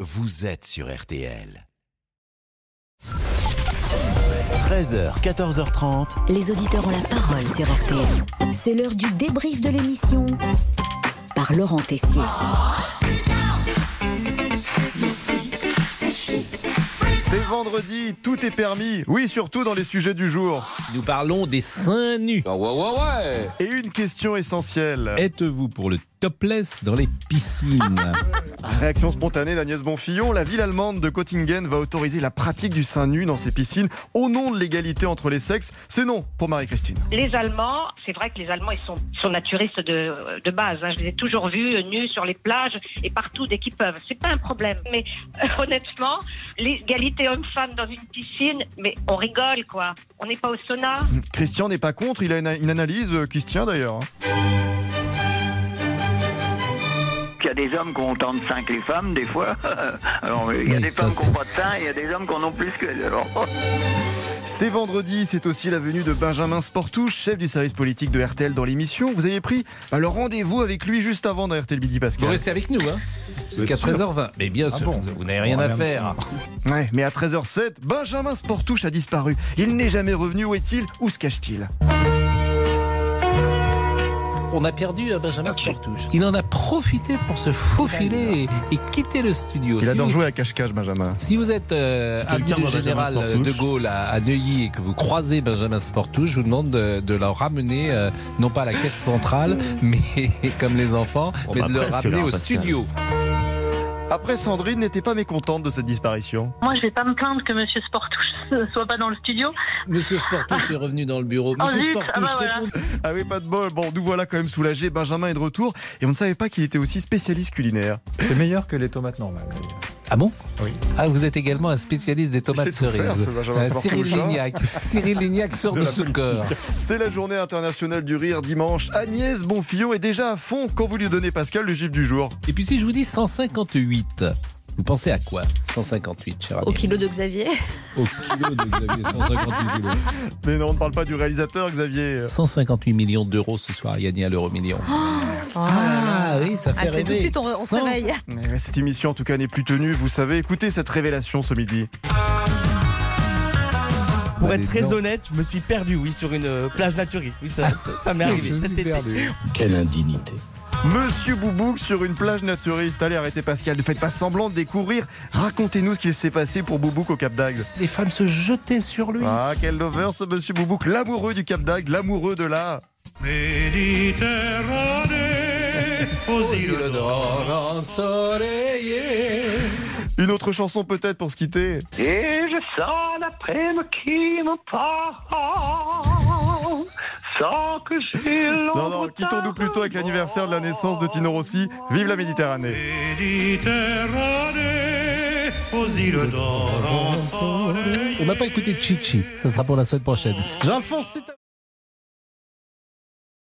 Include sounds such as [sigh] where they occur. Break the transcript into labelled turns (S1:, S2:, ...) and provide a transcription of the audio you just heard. S1: vous êtes sur RTL. 13h, 14h30.
S2: Les auditeurs ont la parole sur RTL. C'est l'heure du débrief de l'émission par Laurent Tessier.
S3: C'est vendredi, tout est permis. Oui, surtout dans les sujets du jour.
S4: Nous parlons des seins nus.
S3: Et une question essentielle.
S4: Êtes-vous pour le topless dans les piscines
S3: Réaction spontanée d'Agnès Bonfillon. La ville allemande de Göttingen va autoriser la pratique du sein nu dans ses piscines au nom de l'égalité entre les sexes. C'est non pour Marie-Christine.
S5: Les Allemands, c'est vrai que les Allemands, ils sont, sont naturistes de, de base. hein. Je les ai toujours vus euh, nus sur les plages et partout dès qu'ils peuvent. C'est pas un problème. Mais euh, honnêtement, l'égalité homme-femme dans une piscine, mais on rigole quoi. On n'est pas au sauna.
S3: Christian n'est pas contre, il a une, une analyse euh, qui se tient d'ailleurs.
S6: Il y a des hommes qui ont autant de seins que les femmes, des fois. [laughs] Alors, il y a
S4: Oui,
S6: des
S4: ça,
S6: femmes qui
S4: c'est-
S6: n'ont pas de seins, et il y a des hommes Oh, qui en ont plus que. Alors,
S3: C'est vendredi, c'est aussi la venue de Benjamin Sportouche, chef du service politique de RTL dans l'émission. Vous avez pris bah, le rendez-vous avec lui juste avant dans RTL Midi
S4: [laughs] Vous
S3: Pascal.
S4: restez avec nous, hein Jusqu'à 13h20. Mais bien sûr, vous n'avez rien à faire.
S3: Ouais, mais à 13h07, Benjamin Sportouche a disparu. Il n'est jamais revenu. Où est-il Où se cache-t-il
S4: On a perdu euh, Benjamin Sportouche. Il en a profité pour se faufiler et, et quitter le studio.
S3: Il
S4: Si
S3: adore
S4: vous-
S3: jouer à cache-cache, Benjamin.
S4: Si vous êtes euh, avenue du général euh, de Gaulle à, à Neuilly et que vous croisez Benjamin Sportouche, je vous demande de, de le ramener, euh, non pas à la caisse [laughs] centrale, mais comme les enfants, mais de le ramener au studio.
S3: Après, Sandrine n'était pas mécontente de cette disparition.
S7: Moi, je vais pas me plaindre que Monsieur Sportouche [laughs] ne soit pas dans le studio.
S4: Monsieur
S8: Ah.
S4: Sportouche est revenu dans le bureau.
S7: Oh,
S4: Monsieur
S7: zut,
S4: Sportouche,
S7: ah bah voilà.
S4: répondez.
S3: Ah oui, pas de bol. Bon, nous voilà quand même soulagés. Benjamin est de retour et on ne savait pas qu'il était aussi spécialiste culinaire.
S9: C'est meilleur que les tomates normales.
S4: Ah bon
S9: Oui.
S4: Ah, vous êtes également un spécialiste des tomates
S3: Il sait tout
S4: cerises.
S3: faire, ce Benjamin
S4: Euh,
S3: Sportouche,
S4: Cyril
S3: hein.
S4: Lignac. Cyril
S3: [laughs]
S4: Lignac sort
S3: De
S4: de,
S3: la
S4: ce corps.
S3: C'est la journée internationale du rire dimanche. Agnès Bonfillon est déjà à fond quand vous lui donnez Pascal le gif du jour.
S4: Et puis si je vous dis 158, vous pensez à quoi 158, cher ami.
S8: Au kilo de Xavier.
S4: Au kilo de Xavier, 158 kilos.
S3: Mais non, on ne parle pas du réalisateur Xavier.
S4: 158 millions d'euros ce soir, gagné à l'euro million. ah oui,
S8: Oh.
S4: ça
S8: Ah, c'est
S4: fait rêver.
S8: tout de suite, on, on se
S4: 100.
S8: réveille.
S3: Mais ouais, cette émission en tout cas n'est plus tenue. Vous savez, écoutez cette révélation ce midi.
S10: Pour
S4: Bah,
S10: être
S4: dis
S10: très
S4: donc.
S10: honnête, je me suis perdu, oui, sur une euh, plage naturiste. Oui, ça, ça, ça
S4: [laughs]
S10: m'est arrivé
S9: Je suis
S10: cet été.
S9: perdu.
S1: Quelle indignité.
S3: Monsieur Boubouk sur une plage naturiste. Allez, arrêtez Pascal, ne faites pas semblant de découvrir. Racontez-nous ce qu'il s'est passé pour Boubouk au Cap d'Agde.
S4: Les femmes se jetaient sur lui.
S3: Ah, quel lover ce monsieur Boubouk, l'amoureux du Cap d'Agde, l'amoureux de la... [laughs]
S4: Aux îles d'or ensoleillées.
S3: Une autre chanson peut-être pour se quitter
S6: et je sens l'après-midi qui me parle, sans que j'ai
S3: Non, non, quittons-nous plutôt avec l'anniversaire de la naissance de Tino Rossi. Vive la Méditerranée
S4: On n'a pas écouté Chichi, ça sera pour la semaine prochaine. Jean-Alphonse, c'est à-